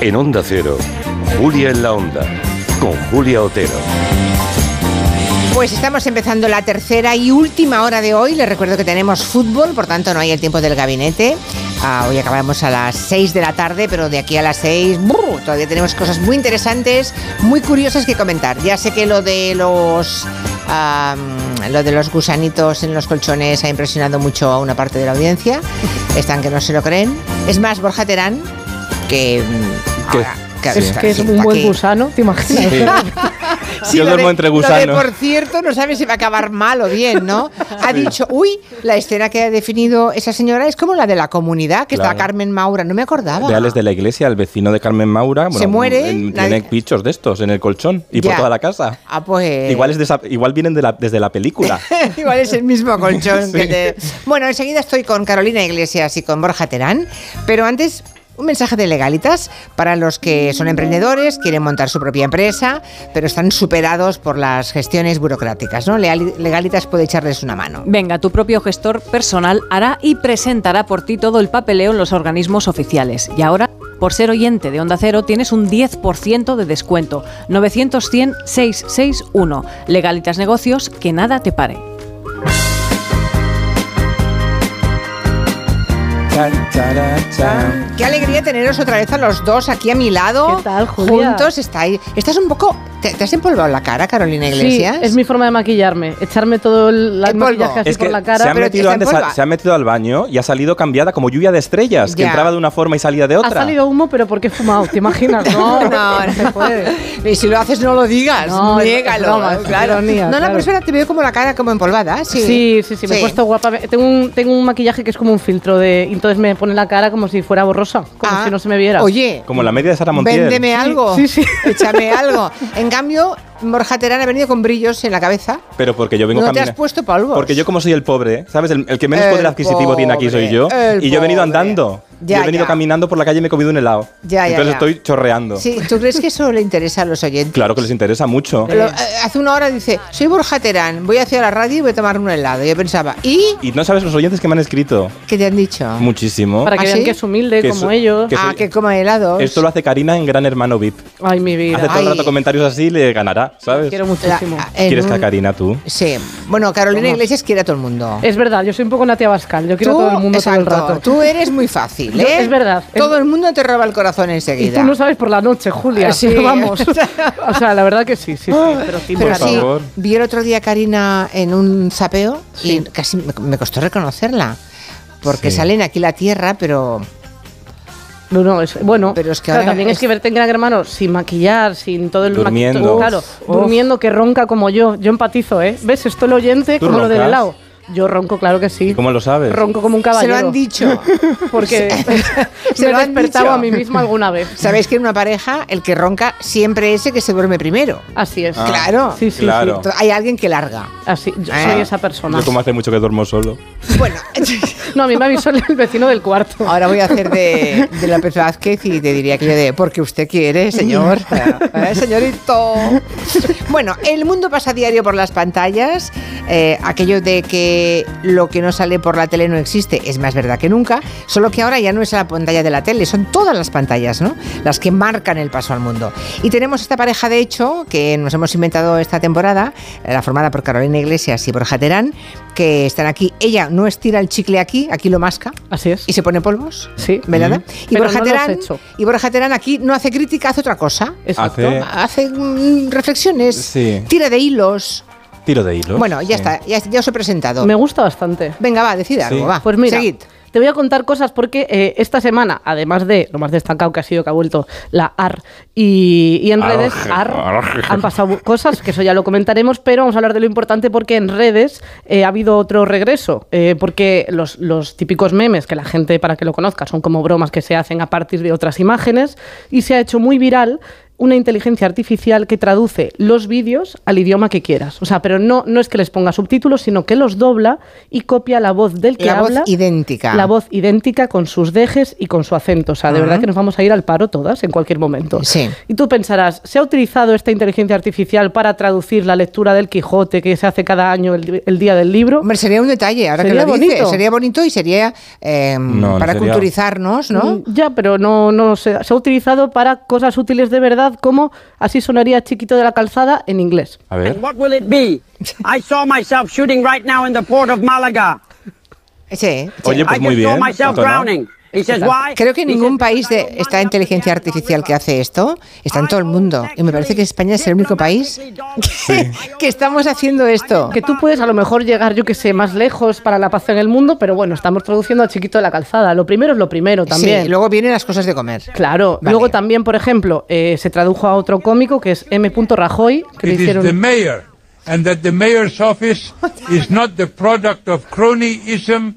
En Onda Cero, Julia en la Onda, con Julia Otero. Pues estamos empezando la tercera y última hora de hoy. Les recuerdo que tenemos fútbol, por tanto no hay el tiempo del gabinete. Ah, hoy acabamos a las 6 de la tarde, pero de aquí a las 6 ¡brr! todavía tenemos cosas muy interesantes, muy curiosas que comentar. Ya sé que lo de los ah, lo de los gusanitos en los colchones ha impresionado mucho a una parte de la audiencia. Están que no se lo creen. Es más, Borja Terán, que... mm, ¿Qué? ahora- Es está- que es sí, un está buen aquí. gusano, ¿te imaginas? Sí, Yo lo duermo de- entre lo de, gusanos. por cierto, no sabe si va a acabar mal o bien, ¿no? Ha dicho, uy, la escena que ha definido esa señora es como la de la comunidad, que está Claro. Carmen Maura, no me acordaba. De Alex de la Iglesia, el vecino de Carmen Maura. Se muere, en- nadie- tiene pichos de estos en el colchón y Ya. por toda la casa. Ah, pues. Igual, es de esa- igual vienen de la- desde la película. Igual es el mismo colchón que te... Bueno, enseguida estoy con Carolina Iglesias y con Borja Terán, pero antes un mensaje de legalitas para los que son emprendedores, quieren montar su propia empresa, pero están superados por las gestiones burocráticas, ¿no? Leali- Legalitas puede echarles una mano. Venga, tu propio gestor personal hará y presentará por ti todo el papeleo en los organismos oficiales. Y ahora, por ser oyente de Onda Cero, tienes un 10% de descuento. 900-100-661. Legalitas Negocios, que nada te pare. Chan, chara, chan. Qué alegría teneros otra vez a los dos aquí a mi lado. ¿Qué tal, Julia? Juntos estáis. Estás un poco. ¿Te, te has empolvado la cara, Carolina Sí, Iglesias? es mi forma de maquillarme, echarme todo el, la- El el polvo. maquillaje así Es que por la cara. se, ha pero metido está en antes a- polva. se ha metido al baño y ha salido cambiada como lluvia de estrellas, que Ya. entraba de una forma y salía de ha otra. salido humo, pero porque he fumado, ¿te imaginas? No, no, no. se puede. Y si lo haces, no lo digas. No, es- niégalo. es broma, es claro. ironía, no, no, claro. pero espera, te veo como la cara como empolvada. Sí, Sí, sí, sí, me he puesto guapa. Me- Tengo un, tengo un maquillaje que es como un filtro de... Entonces me pone la cara como si fuera borrosa, como Ah, si no se me viera. Oye, Como la media de Sara Montiel. véndeme algo. sí, sí. Échame algo. En cambio, Borja Terán ha venido con brillos en la cabeza. Pero porque yo vengo No te camina- has puesto polvos. Porque yo como soy el pobre, ¿sabes? El, el que menos El poder adquisitivo tiene aquí soy yo. pobre, el Y yo he venido pobre. andando. Ya, yo he venido ya. caminando por la calle y me he comido un helado. Ya, ya, Entonces ya. estoy chorreando. Sí, ¿Tú crees que eso le interesa a los oyentes? Claro que les interesa mucho. Lo- eh, hace una hora dice, soy Borja Terán, voy hacia la radio y voy a tomar un helado. Yo pensaba, ¿y Y no sabes los oyentes que me han escrito. qué te han dicho? Muchísimo. Para que ¿Ah, vean sí? que es humilde Que como so- ellos. que- ah, soy- que coma helados. Esto lo hace Karina en Gran Hermano VIP. Ay, mi Hace vida. todo el Ay. rato comentarios así le ganará, ¿sabes? Quiero La- ah, muchísimo. en ¿Quieres que a un- Karina tú? Sí. Bueno, Carolina Iglesias quiere a todo el mundo. Es verdad, yo soy un poco Natia Bascal, yo quiero Eh, a todo el mundo exacto, todo el rato. Tú eres muy fácil, Yo- ¿eh? es verdad. Todo el mundo te roba el corazón Y enseguida. tú lo sabes por la noche, Julia. Ah, sí. Ah, pero vamos. o sea, la verdad que sí, sí, sí. Pero sí, Pero Por sí, favor. vi el otro día a Karina en un zapeo y casi me, me costó reconocerla. Porque Sí. salen aquí la tierra, pero No, no, es, bueno, Pero es que claro, ahora también es, es- que verte en Gran Hermano sin maquillar, sin todo el Durmiendo. maquillaje. Claro, Uf, durmiendo que ronca como yo. Yo empatizo, ¿eh? ¿Ves? Esto el oyente ¿Tú como lo del roncas? helado. Yo ronco, claro que sí. ¿Y cómo lo sabes? Ronco como un se lo caballero. han dicho. Porque Se me lo he han despertado dicho. a mí misma alguna vez. Sabéis que en una pareja el que ronca siempre es el que se duerme primero. Así es. Ah, Claro. Sí, sí, claro. Entonces, Hay alguien que larga. sí. Así, yo Ah. soy esa persona. Yo como hace mucho que duermo solo. Bueno, No, a mí me avisó el vecino del cuarto. ahora voy a hacer de, de López Vázquez y te diría que yo de porque usted quiere, señor. Eh, Señorito. Bueno, el mundo pasa a diario por las pantallas. eh, aquello de que lo que no sale por la tele no existe es más verdad que nunca. Solo que ahora ya no es la pantalla de la tele, son todas las pantallas, ¿no? Las que marcan el paso al mundo. Y tenemos esta pareja de hecho que nos hemos inventado esta temporada, eh, la formada por Carolina Iglesias y por Jaterán, que están aquí. Ella no estira el chicle aquí, aquí lo masca. Así es. ¿Y se pone polvos? Sí. ¿Verdad? Y, Mm. Pero Borja no los Terán, echo. y Borja Terán aquí no hace crítica, hace otra cosa. Exacto. Hace- Hace mm, reflexiones, Eh. Sí. tira de hilos. Tiro de hilo. Bueno, ya Sí. está, ya, ya os he presentado. Me gusta bastante. Venga, va, decid algo, Sí. va. Pues mira, Seguid. te voy a contar cosas porque eh, esta semana, además de lo más destacado que ha sido que ha vuelto la AR y, y en Arge, redes AR, arge. han pasado cosas, que eso ya lo comentaremos, pero vamos a hablar de lo importante porque en redes eh, ha habido otro regreso, eh, porque los, los típicos memes que la gente, para que lo conozca, son como bromas que se hacen a partir de otras imágenes y se ha hecho muy viral una inteligencia artificial que traduce los vídeos al idioma que quieras. O sea, pero no, no es que les ponga subtítulos, sino que los dobla y copia la voz del que La voz habla. idéntica. La voz idéntica con sus dejes y con su acento. O sea, de Ajá. verdad que nos vamos a ir al paro todas en cualquier momento. Sí. Y tú pensarás, ¿se ha utilizado esta inteligencia artificial para traducir la lectura del Quijote que se hace cada año el, el día del libro? Hombre, sería un detalle, ahora Sería que lo dices. bonito. Sería bonito y sería eh, No, no para sería- culturizarnos, ¿no? Mm, Ya, pero no, no se, se ha utilizado para cosas útiles de verdad, como así sonaría chiquito de la calzada en inglés. A ver. What will it be? I saw myself shooting right now in the port of Malaga. Sí. Oye, pues I just muy saw bien. myself entonado. drowning. He says, why? Creo que en He ningún says, país because I de don't esta want inteligencia African artificial que River. hace esto está en todo el mundo. Y me parece que España es el único país que estamos haciendo esto. Que tú puedes a lo mejor llegar, yo que sé, más lejos para la paz en el mundo, pero bueno, estamos traduciendo a chiquito de la calzada. Lo primero es lo primero también. Sí, luego vienen las cosas de comer. Claro, Vale. luego también, por ejemplo, eh, se tradujo a otro cómico que es M. Rajoy, que le It is the hicieron... mayor, and that the mayor's office is not the product of cronyism,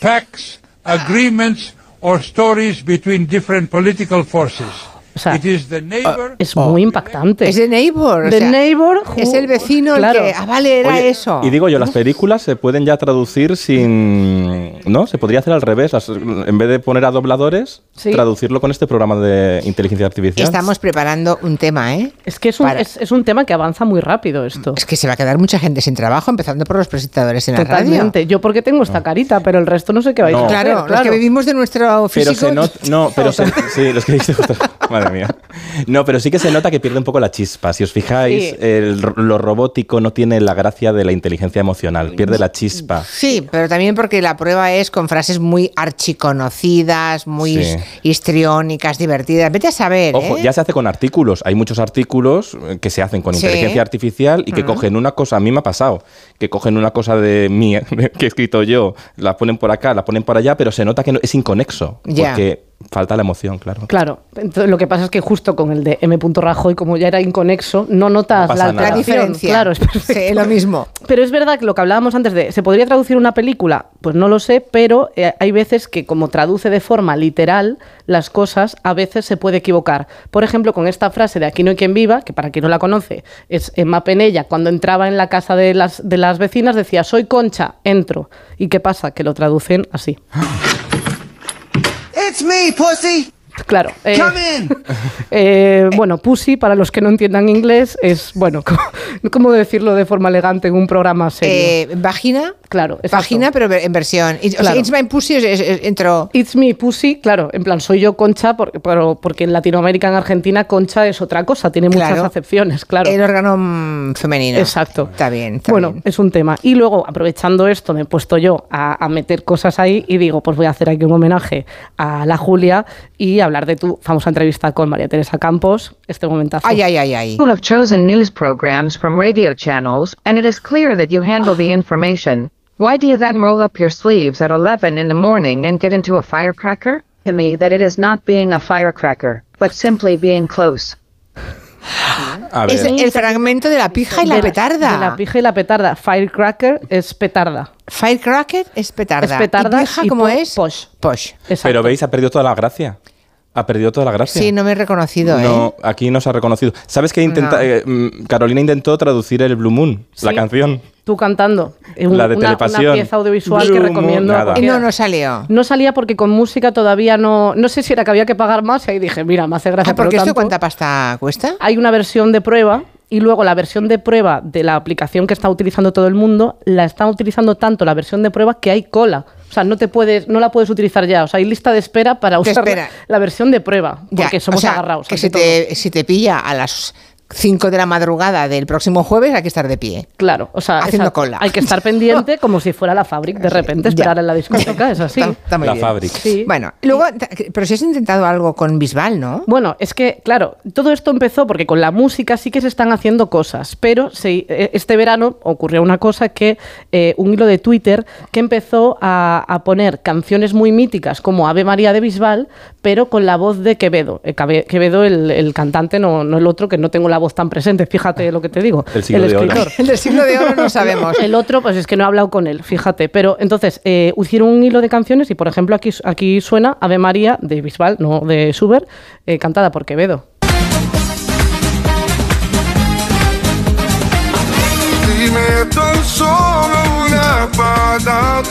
pacts, agreements, or stories between different political forces. O sea, it is the neighbor. Es muy impactante. Es de Neighbor. o The sea, Neighbor, Es ju- el vecino claro. el que. Ah, vale, era Oye, eso. Y digo yo, las películas se pueden ya traducir sin. ¿No? Se podría hacer al revés. las- en vez de poner a dobladores, Sí. traducirlo con este programa de inteligencia artificial. Estamos preparando un tema, ¿eh? Es que es un, Para- es, es un tema que avanza muy rápido esto. Es que se va a quedar mucha gente sin trabajo, empezando por los presentadores en la radio. Totalmente. Yo porque tengo esta carita, pero el resto no sé qué vais a No. hacer. Claro, los que vivimos de nuestro físico. Pero se nota. No, pero se, sí, los que dice justo- Madre mía. No, pero sí que se nota que pierde un poco la chispa. Si os fijáis, Sí. el ro- lo robótico no tiene la gracia de la inteligencia emocional. Pierde la chispa. Sí, pero también porque la prueba es con frases muy archiconocidas, muy Sí. histriónicas, divertidas. Vete a saber. Ojo, ¿eh? ya se hace con artículos. Hay muchos artículos eh, que se hacen con Sí. Mm. inteligencia artificial y que cogen una cosa. A mí me ha pasado que cogen una cosa de mí que he escrito yo, la ponen por acá, la ponen por allá, pero se nota que no- es inconexo Ya. porque falta la emoción, claro. Claro, entonces lo que pasa es que justo con el de M. Rajoy, como ya era inconexo, no notas No pasa la nada. la alteración. diferencia. Claro, es perfecto. Sí, lo mismo. Pero es verdad que lo que hablábamos antes de, ¿se podría traducir una película? Pues no lo sé, pero eh, hay veces que como traduce de forma literal las cosas, a veces se puede equivocar. Por ejemplo, con esta frase de Aquí no hay quien viva, que para quien no la conoce, es Emma Penella, cuando entraba en la casa de las, de las vecinas decía, soy concha, entro. ¿Y qué pasa? Que lo traducen así. It's me, pussy! Claro. eh, Come in! Eh, bueno, Pussy, para los que no entiendan inglés, es, bueno, como, ¿cómo decirlo de forma elegante en un programa serio? Eh, vagina. Claro, exacto. Vagina, pero en versión. y- O sea, Claro. It's my pussy es- es- es- entró. It's me, Pussy, claro, en plan, soy yo concha, por- pero porque en Latinoamérica, en Argentina, concha es otra cosa, tiene muchas Claro. acepciones, claro. El órgano mm, femenino. Exacto. Está bien. está bueno, bien. es un tema. Y luego, aprovechando esto, me he puesto yo a, a meter cosas ahí y digo, pues voy a hacer aquí un homenaje a la Julia y hablar de tu famosa entrevista con María Teresa Campos, este momentazo. Ay, ay, ay, ay. You have chosen news programs from radio channels, and it is clear that you handle the information. Why do you then roll up your sleeves at 11 in the morning and get into a firecracker? To me, that it is not being a firecracker, but simply being close. A ver, Es el fragmento de la pija y la De petarda. de la pija y la petarda. Firecracker es petarda. Firecracker es petarda. Es petarda ¿Y pija y cómo po- es? posh. Posh. Exacto. pero veis, ha perdido toda la gracia. Ha perdido toda la gracia. Sí, no me he reconocido, ¿eh? No, aquí no se ha reconocido. ¿Sabes que intenta, No. eh, mm, Carolina intentó traducir el Blue Moon, la Sí. canción? Tú cantando. Eh, un- La de una- telepasión. Una pieza audiovisual que Blue recomiendo. a Moon, nada. Eh, cualquiera. No, no salió. No salía porque con música todavía no. No sé si era que había que pagar más y ahí dije, mira, me hace gracia. Ah, porque por lo esto tanto, cuánta pasta cuesta? Hay una versión de prueba y luego la versión de prueba de la aplicación que está utilizando todo el mundo la está utilizando tanto la versión de prueba que hay cola. O sea, no te puedes, no la puedes utilizar ya. O sea, hay lista de espera para De usar la- espera. la versión de prueba. Ya, Porque o somos sea, agarrados. Que ante si todo. te, si te pilla a las 5 de la madrugada del próximo jueves, hay que estar de pie. Claro, o sea, Haciendo esa- cola. hay que estar pendiente como si fuera la Fabric de repente esperar Ya. en la discoteca, es así. Está, está muy la bien. Fabric. Sí. Bueno, luego, ta- pero si has intentado algo con Bisbal, ¿no? Bueno, es que, claro, todo esto empezó porque con la música sí que se están haciendo cosas, pero sí, eh, este verano ocurrió una cosa que eh, un hilo de Twitter que empezó a, a poner canciones muy míticas como Ave María de Bisbal, pero con la voz de Quevedo. Eh, Cabe- Quevedo, el, el cantante, no, no el otro, que no tengo la voz tan presente, fíjate lo que te digo. El siglo de oro. escritor. El del siglo de oro no sabemos. El otro, pues es que no he hablado con él, fíjate. Pero entonces, eh, hicieron un hilo de canciones y, por ejemplo, aquí, aquí suena Ave María de Bisbal, no de Schubert, eh, cantada por Quevedo. que tan solo una palabra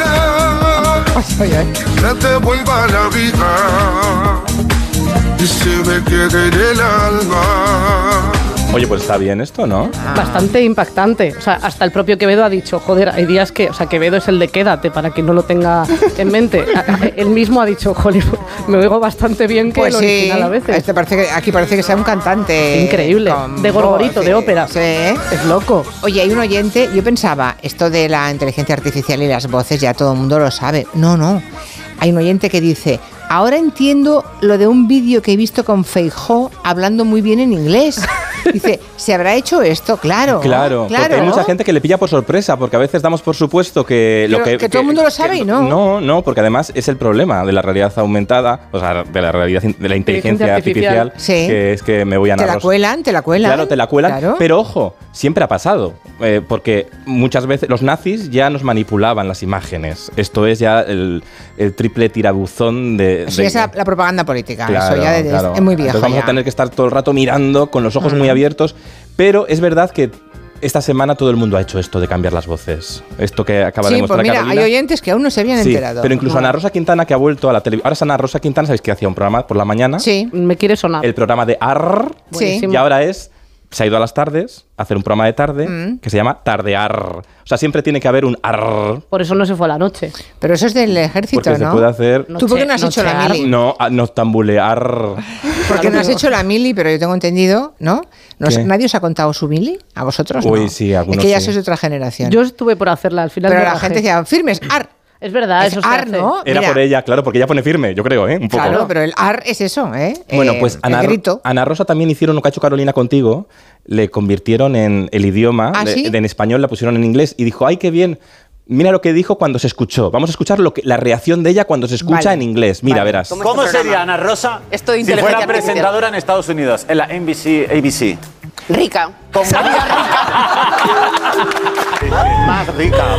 Ay, ay. que te vuelva la vida y se me quede en el alma. Oye, pues está bien esto, ¿no? Bastante impactante. O sea, hasta el propio Quevedo ha dicho, joder, hay días que, o sea, Quevedo es el de quédate para que no lo tenga en mente. A- a- Él mismo ha dicho, joder, me oigo bastante bien que Pues el sí, original a veces. este parece que- aquí parece que sea un cantante. Increíble, con de gorgorito, voz, de sí, ¿eh? ópera. Sí. Es loco. Oye, hay un oyente, yo pensaba, esto de la inteligencia artificial y las voces ya todo el mundo lo sabe. No, no. Hay un oyente que dice, ahora entiendo lo de un vídeo que he visto con Feijó hablando muy bien en inglés. Dice, ¿se habrá hecho esto? Claro. Claro, porque hay mucha gente que le pilla por sorpresa, porque a veces damos por supuesto que lo Pero que, que todo el mundo lo sabe y no. No, no, porque además es el problema de la realidad aumentada, o sea, de la realidad de la Inteligencia inteligencia artificial, artificial. Sí. que es que me voy a Te la narros. cuelan, te la cuelan. Claro, te la cuelan. Claro. Pero ojo, siempre ha pasado. eh, porque muchas veces los nazis ya nos manipulaban las imágenes. Esto es ya el, el triple tirabuzón de. Eso de- ya es la, la propaganda política. Claro, eso ya de- claro. es muy viejo. Entonces vamos ya. Mm. a tener que estar todo el rato mirando con los ojos muy abiertos. Pero es verdad que esta semana todo el mundo ha hecho esto de cambiar las voces. Esto que acaba de sí, pues mostrar mira, Carolina. hay oyentes que aún no se habían Sí, enterado. pero incluso Ah. Ana Rosa Quintana que ha vuelto a la televisión. Ahora es Ana Rosa Quintana, sabéis que hacía un programa por la mañana. Sí, Me quiere sonar. El programa de AR. Sí. Buenísimo. Y ahora es. Se ha ido a las tardes a hacer un programa de tarde Mm. que se llama Tardear. O sea, siempre tiene que haber un ar. Por eso no se fue a la noche. pero eso es del ejército, Porque ¿no? se puede hacer. ¿Tú por qué no has hecho la nochear. mili? No, a- noctambulear. Porque no has hecho la mili, pero yo tengo entendido, ¿no? No sé, ¿Qué? ¿Nadie os ha contado su mili? ¿A vosotros? Uy, no. sí, algunos Es que ya sí. sois de otra generación. Yo estuve por hacerla al final. pero me la rajé. gente decía, firmes, ar. Es verdad, Es eso se ar, hace. ¿no? Mm. Era Mira, por ella, claro, porque ella pone firme, yo creo, ¿eh? Un poco. Claro, pero el ar es eso, ¿eh? Bueno, Eh, pues Ana, El grito. Ana Rosa también hicieron lo que ha hecho Carolina contigo. Le convirtieron en el idioma, ¿Ah, de- sí? de- en español la pusieron en inglés y dijo, ay, qué bien. Mira lo que dijo cuando se escuchó. Vamos a escuchar lo que, la reacción de ella cuando se escucha Vale. en inglés. Mira, Vale. verás. ¿Cómo sería Ana Rosa Esto de si fuera inteligencia artificial. presentadora en Estados Unidos, en la NBC, ABC? Rica. Más rica.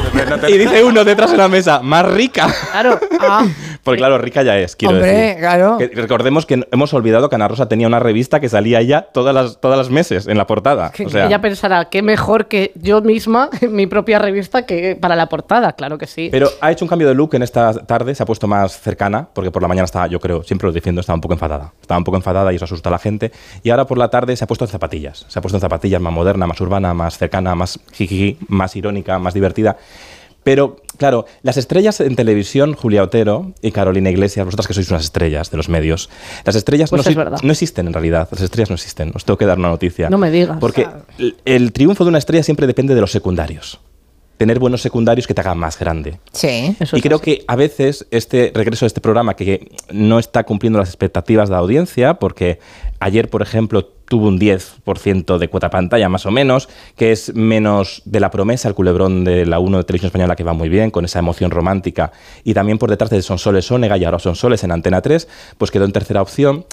Y dice uno detrás de la mesa, más rica. Claro. Ah, Porque claro, rica ya es, quiero Hombre, decir. claro. Que recordemos que hemos olvidado que Ana Rosa tenía una revista que salía ya todas las, todas las meses en la portada. Que o sea, ella pensará, qué mejor que yo misma, en mi propia revista, que para la portada, claro que sí. Pero ha hecho un cambio de look en esta tarde, se ha puesto más cercana, porque por la mañana estaba, yo creo, siempre lo defiendo, estaba un poco enfadada. Estaba un poco enfadada y eso asusta a la gente. Y ahora por la tarde se ha puesto en zapatillas. Se ha puesto en zapatillas más moderna, más urbana, más cercana, más jijiji, más irónica, más divertida. Pero, claro, las estrellas en televisión, Julia Otero y Carolina Iglesias, vosotras que sois unas estrellas de los medios, las estrellas Pues no, es si- verdad. no existen en realidad, las estrellas no existen. Os tengo que dar una noticia. No me digas. Porque el- el triunfo de una estrella siempre depende de los secundarios. Tener buenos secundarios que te hagan más grande sí. Eso y es creo así. que a veces este regreso de este programa que no está cumpliendo las expectativas de la audiencia, porque ayer, por ejemplo, tuvo un 10% de cuota pantalla, más o menos, que es menos de la promesa, el culebrón de la 1 de Televisión Española, que va muy bien, con esa emoción romántica, y también por detrás de Sonsoles Onega y ahora Sonsoles en Antena 3, pues quedó en tercera opción.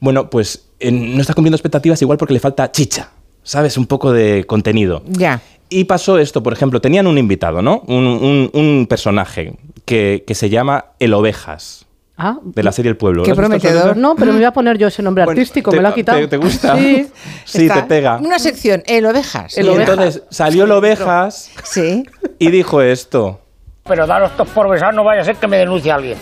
Bueno, pues eh, no está cumpliendo expectativas igual porque le falta chicha, ¿sabes? Un poco de contenido. Ya. Y pasó esto, por ejemplo, tenían un invitado, ¿no? Un, un- un personaje que, que se llama El Ovejas, Ah, de la serie El Pueblo. Qué ¿Lo has visto, prometedor. Pues Soledad? no, pero me voy a poner yo ese nombre Mm. Bueno, artístico, te- me lo ha quitado. ¿Te, te gusta? Sí. Sí, Está te pega. Una sección, el ovejas. El Y Mira. ovejas. entonces salió El Ovejas Sí. y dijo esto. Pero daros todos por besar, no vaya a ser que me denuncie alguien.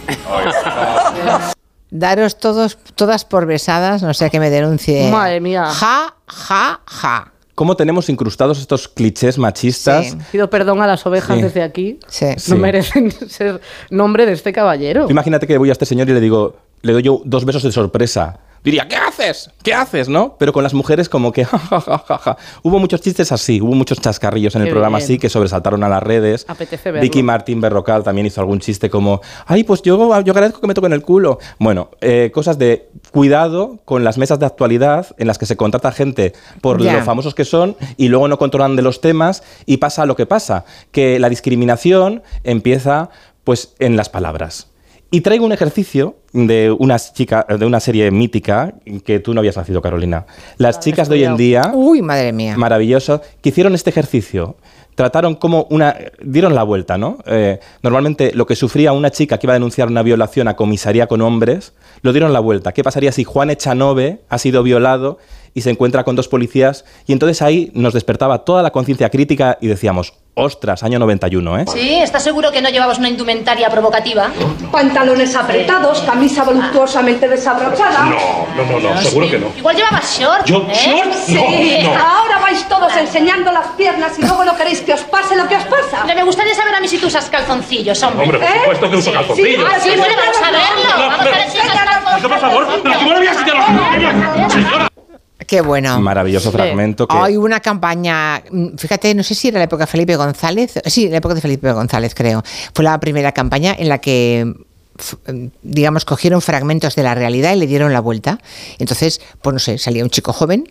Daros todos, todas por besadas, no sea que me denuncie. Madre mía. Ja, ja, ja. ¿Cómo tenemos incrustados estos clichés machistas? Sí. Pido perdón a las ovejas Sí. desde aquí. Sí. Sí. No merecen ser nombre de este caballero. Tú Imagínate que voy a este señor y le digo, le doy yo dos besos de sorpresa. Diría, ¿qué haces? ¿Qué haces? ¿No? Pero con las mujeres como que... ja, ja, ja, ja, ja. Hubo muchos chistes así, hubo muchos chascarrillos en el Qué programa bien. así que sobresaltaron a las redes. Apetece verlo. Vicky Martín Berrocal también hizo algún chiste como, ay, pues yo, yo agradezco que me toquen el culo. Bueno, eh, cosas de cuidado con las mesas de actualidad en las que se contrata gente por Ya. lo famosos que son y luego no controlan de los temas y pasa lo que pasa, que la discriminación empieza pues en las palabras. Y traigo un ejercicio de una, chica, de una serie mítica que tú no habías nacido, Carolina. Las chicas de hoy en día Uy, madre mía. maravilloso, que hicieron este ejercicio. Trataron como una. dieron la vuelta, ¿no? Eh, normalmente lo que sufría una chica que iba a denunciar una violación a comisaría con hombres, lo dieron la vuelta. ¿Qué pasaría si Juan Echanove ha sido violado y se encuentra con dos policías. Y entonces ahí nos despertaba toda la conciencia crítica y decíamos, ostras, año 91, ¿eh? Sí, ¿estás seguro que no llevabas una indumentaria provocativa? Pantalones apretados, camisa voluptuosamente desabrochada. No, no, no, seguro que no. Igual llevabas short. Yo, ¿eh? short, no, Sí, no. ahora vais todos enseñando las piernas y luego no queréis que os pase lo que os pasa. Me gustaría saber a mí si tú usas calzoncillos, hombre. Hombre, por ¿Eh? supuesto que uso Sí. calzoncillos. Sí, ah, sí, bueno, vamos a verlo. No, Vamos a pero- ver si usas calzoncillos. Pero, por favor, pero ¿cómo le voy a enseñar los calzoncillos? Señora. Qué bueno. Maravilloso fragmento que- Hay una campaña, mm, fíjate, no sé si era la época de Felipe González, sí, la época de Felipe González creo. Fue la primera campaña en la que f- mm, digamos, cogieron fragmentos de la realidad y le dieron la vuelta. Entonces, pues no sé, salía un chico joven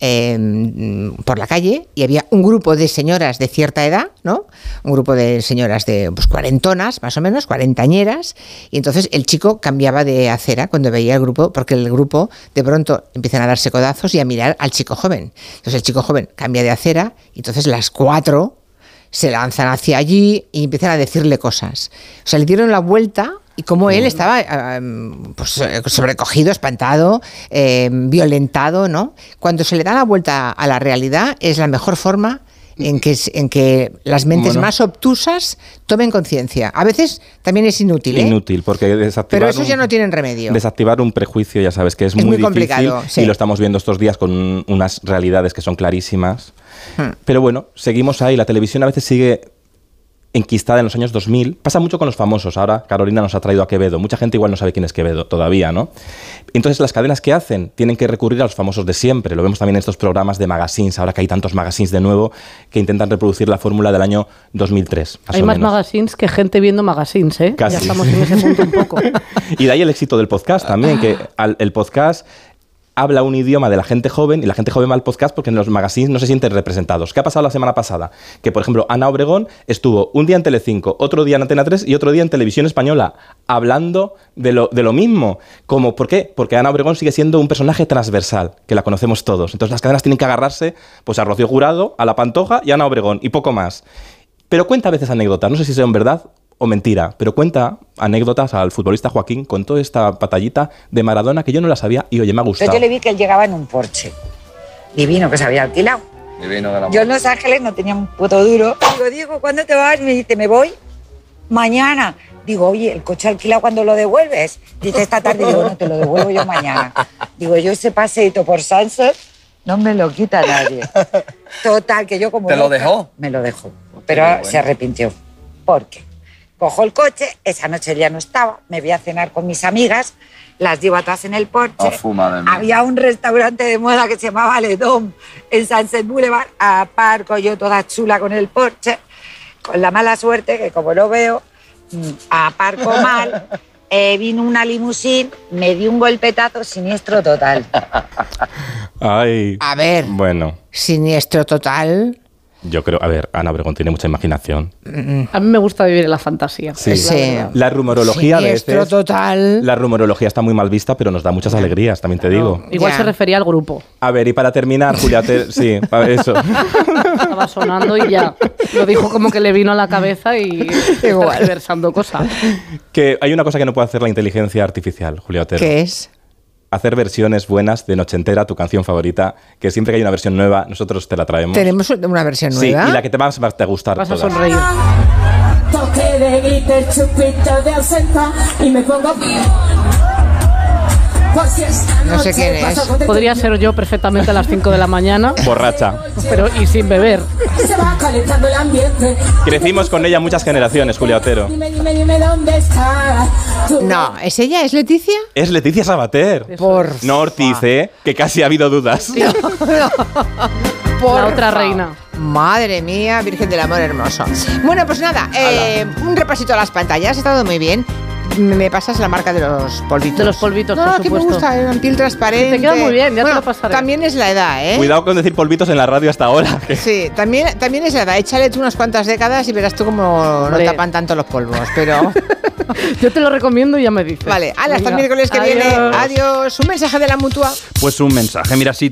eh, mm, por la calle y había un grupo de señoras de cierta edad, ¿no? Un grupo de señoras de pues, cuarentonas, más o menos, cuarentañeras, y entonces el chico cambiaba de acera cuando veía el grupo, porque el grupo de pronto empiezan a darse codazos y a mirar al chico joven. Entonces el chico joven cambia de acera y entonces las cuatro se lanzan hacia allí y empiezan a decirle cosas. O sea, le dieron la vuelta y como él estaba ah, mm, pues, eh, sobrecogido, espantado, eh, violentado, ¿no? Cuando se le da la vuelta a la realidad es la mejor forma en que, es- en que las mentes Bueno. más obtusas tomen conciencia. A veces también es inútil, ¿eh? Inútil, porque desactivar. Pero esos ya un- no tienen remedio. Desactivar un prejuicio, ya sabes, que es, Es muy difícil complicado, sí. y lo estamos viendo estos días con unas realidades que son clarísimas. Hmm. Pero bueno, seguimos ahí. La televisión a veces sigue enquistada en los años 2000. Pasa mucho con los famosos. Ahora Carolina nos ha traído a Quevedo. Mucha gente igual no sabe quién es Quevedo todavía, ¿no? Entonces las cadenas que hacen tienen que recurrir a los famosos de siempre. Lo vemos también en estos programas de magazines, ahora que hay tantos magazines de nuevo que intentan reproducir la fórmula del año 2003. más Hay o más menos. magazines que gente viendo magazines, ¿eh? Casi. Ya estamos en ese punto un poco. Y de ahí el éxito del podcast también, que al- el podcast habla un idioma de la gente joven y la gente joven va al podcast porque en los magazines no se sienten representados. ¿Qué ha pasado la semana pasada? Que, por ejemplo, Ana Obregón estuvo un día en Telecinco, otro día en Antena 3 y otro día en Televisión Española hablando de lo, de lo mismo. Como, ¿Por qué? Porque Ana Obregón sigue siendo un personaje transversal, que la conocemos todos. Entonces las cadenas tienen que agarrarse pues, a Rocío Jurado, a La Pantoja y a Ana Obregón y poco más. Pero cuenta a veces anécdotas, no sé si sean verdad o mentira, pero cuenta anécdotas al futbolista Joaquín con toda esta batallita de Maradona que yo no la sabía y oye, me ha Yo, gustado. yo le vi que él llegaba en un Porsche divino que se había alquilado. Yo en Los Ángeles no tenía un puto duro. Digo, Diego, ¿cuándo te vas? Me dice, me voy mañana. Digo, oye, el coche alquilado, ¿cuándo lo devuelves? Dice, esta tarde. Digo, no, te lo devuelvo yo mañana. Digo, yo ese paseito por Sunset no me lo quita nadie. Total, que yo como... ¿Te lo loca- dejó? Me lo dejó. Pero se arrepintió. ¿Por qué? Cojo el coche, esa noche ya no estaba, me voy a cenar con mis amigas, las llevo atrás en el Porsche. Había un restaurante de moda que se llamaba Ledom en Sunset Boulevard. Aparco yo toda chula con el Porsche, con la mala suerte que como lo veo, mm, aparco mal. eh, vino una limusín, me dio un golpetazo siniestro total. Ay. A ver. Bueno, Siniestro total. yo creo, a ver, Ana Obregón tiene mucha imaginación. ¿Mm? A mí me gusta vivir en la fantasía. Sí. la verdad. La rumorología de Siniestro total. La rumorología está muy mal vista, pero nos da muchas alegrías, también te digo. Igual se refería al grupo. A ver, y para terminar, Julia, te- sí, a ver, eso. Estaba sonando y ya. Lo dijo como que le vino a la cabeza y está reversando cosas. Que hay una cosa que no puede hacer la inteligencia artificial, Julia Otero. ¿Qué es? Hacer versiones buenas de Noche entera, tu canción favorita, que siempre que hay una versión nueva, nosotros te la traemos. Tenemos una versión Sí, y nueva. la que te más va a gustar. Vas a todas. sonreír. Toque de glitter, chupito de ausenta y me pongo No sé quién es. Podría ser yo perfectamente a las 5 de la mañana, Borracha. pero y sin beber. Se va calentando el ambiente. Crecimos con ella muchas generaciones, Julia Otero. Dime, dime, dime dónde está. No, ¿es ella? ¿Es Leticia? Es Leticia Sabater. Por No Ortiz, ¿eh? Que casi ha habido dudas. Por otra reina. Madre mía, Virgen del Amor Hermoso. Bueno, pues nada, eh, un repasito a las pantallas, ha estado muy bien. Me me pasas la marca de los polvitos. De los polvitos, no, por que me supuesto. gusta, en piel transparente. Te queda muy bien, ya te Bueno, lo pasaré. También es la edad, ¿eh? Cuidado con decir polvitos en la radio hasta ahora. que- Sí, también, también es la edad. Échale tú unas cuantas décadas y verás tú cómo no Hombre. tapan tanto los polvos. Pero Yo te lo recomiendo y ya me dices. vale, hala, hasta el Venga. miércoles que viene. Adiós. Un mensaje de la mutua. Pues un mensaje, mira, si